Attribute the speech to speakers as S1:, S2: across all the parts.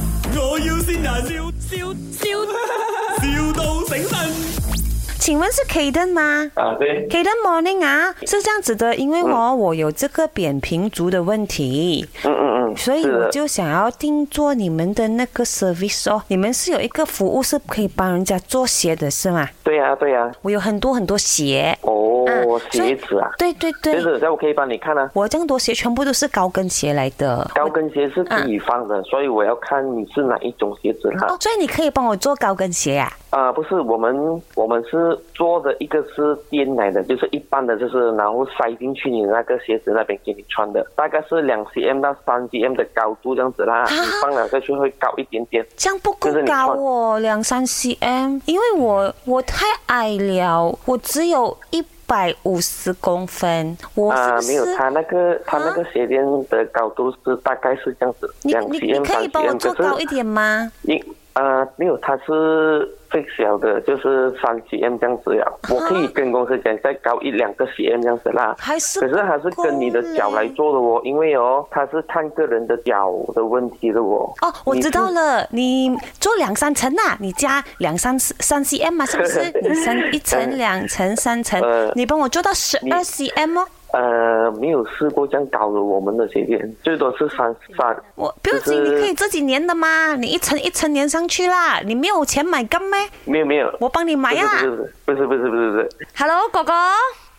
S1: 要先人，笑笑笑，,笑到醒神。
S2: 请问是 Kaden 吗
S3: 啊，对，
S2: ？Kaden morning 啊，是这样子的，因为我我有这个扁平足的问题，
S3: 嗯嗯嗯，
S2: 所以
S3: 是的
S2: 我就想要定做你们的那个 service 哦。你们是有一个服务是可以帮人家做鞋的是吗？
S3: 对呀、对呀、
S2: 我有很多很多鞋，
S3: 哦，
S2: 所啊以
S3: 鞋子啊，
S2: 对对
S3: 鞋
S2: 对，
S3: 子等下我可以帮你看啊。
S2: 我这么多鞋全部都是高跟鞋来的。
S3: 高跟鞋是可以放的，所以我要看你是哪一种鞋子啦。
S2: 啊哦，所以你可以帮我做高跟鞋呀、
S3: 啊、不是，我们我们是做的一个是颠来的，就是一般的，就是然后塞进去你那个鞋子那边给你穿的，大概是两 cm 到三 cm 的高度这样子啦。
S2: 啊
S3: 你放两下去会高一点点。
S2: 这样不够
S3: 就是你嗯
S2: 高
S3: 穿
S2: 哦，两三 cm，因为我我太矮了，我只有一百五十公分，我哦是
S3: 啊、
S2: 不
S3: 没有，
S2: 是？
S3: 它那个它
S2: 啊
S3: 那个鞋垫的高度是大概是这样子，
S2: 你
S3: 两
S2: 你
S3: cm
S2: 你可以帮我做高一点吗？
S3: 你呃没有，它是最小的，就是三 cm 这样子呀。我可以跟公司讲再高一两个 cm 这样子啦。
S2: 啊还是
S3: 可是还是跟你的脚来做的哦，因为哦，它是看个人的脚的问题的哦。
S2: 哦，我
S3: 你
S2: 知
S3: 是
S2: 道了，你做两三层呐、你加两三三 cm 嘛，是不 是？你三一层、两层、三层
S3: 呃，
S2: 你帮我做到十
S3: 你
S2: 二 cm 哦。
S3: 呃，没有试过这样高的，我们的鞋垫最多是三三。
S2: 我不要
S3: 就
S2: 紧，你
S3: 是
S2: 可以自己粘的嘛，你一层一层粘上去啦。你没有钱买钢咩？
S3: 没有没有，
S2: 我帮你买啊。
S3: 不是不是不是不是不是不是
S4: Hello，狗狗，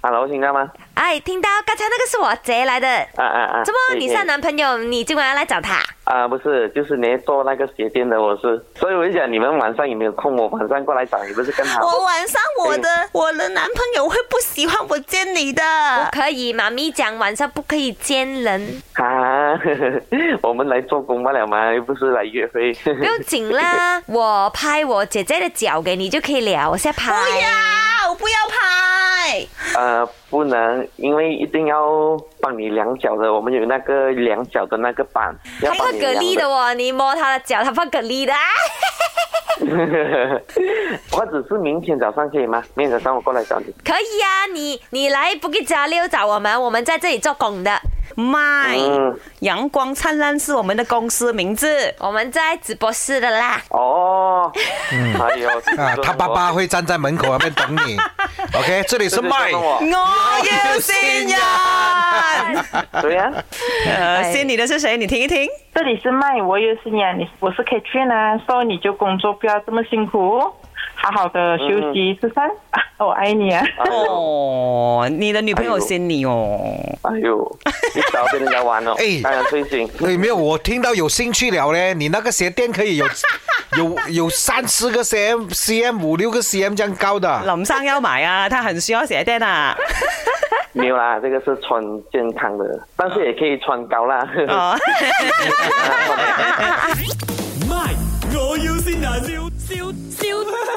S3: ，Hello，听到吗？
S4: 哎，听到刚才那个是我姐来的，
S3: 啊啊啊！
S4: 怎么
S3: 可以
S4: 你
S3: 可以
S4: 是她男朋友，你今晚要来找他？
S3: 啊，不是，就是你做那个鞋垫的，我是，所以我就讲你们晚上有没有空，我晚上过来找你不是更好？
S2: 我晚上我的我的男朋友会不喜欢我见你的。
S4: 不哦可以，妈咪讲晚上不可以见人，
S3: 啊， 我们来做工罢了嘛，又不是来约会。
S4: 不用紧啦，我拍我姐姐的脚给你就可以了，我现在拍。
S2: 不要，不要拍。
S3: 呃，不能，因为一定要帮你量脚的，我们有那个量脚的那个板，要
S4: 她
S3: 帮
S4: 放
S3: 你
S4: 蛤
S3: 量
S4: 蜊的哦，你摸她的脚，她放蛤蜊的啊。
S3: 的。 或者是明天早上可以吗？明天早上我过来找你。
S4: 可以啊，你你来不给家溜找我们，我们在这里做工的，
S2: 麦
S3: 嗯，
S2: 阳光灿烂是我们的公司名字。
S4: 我们在直播室的啦。
S3: 哦，哎呦，
S5: 啊，他爸爸会站在门口那边等你。OK，这里是
S3: 这就
S5: 麦
S3: 弄。我
S2: 我要新人。
S3: 对呀、
S2: 呃，仙女的是谁？你听一听。
S6: 这里是麦，我也是你啊，你我是 Katrin 啊，所以你就工作不要这么辛苦，哦好好的休息吃饭、 啊我爱你啊。
S3: 哎呦，
S2: 哦，你的女朋友仙女哦。
S3: 哎呦，你少跟人家玩哦，
S5: 哎
S3: 当然最行。
S5: 哎，没有，我听到有兴趣了嘞。你那个鞋垫可以有有有三四个 cm、cm 五六个 cm 这样高的。
S2: 林生要买啊，他很需要鞋垫啊。
S3: 没有啦，这个是穿健康的，但是也可以穿高啦。
S2: 哦。
S1: 卖，我要先人，笑笑笑，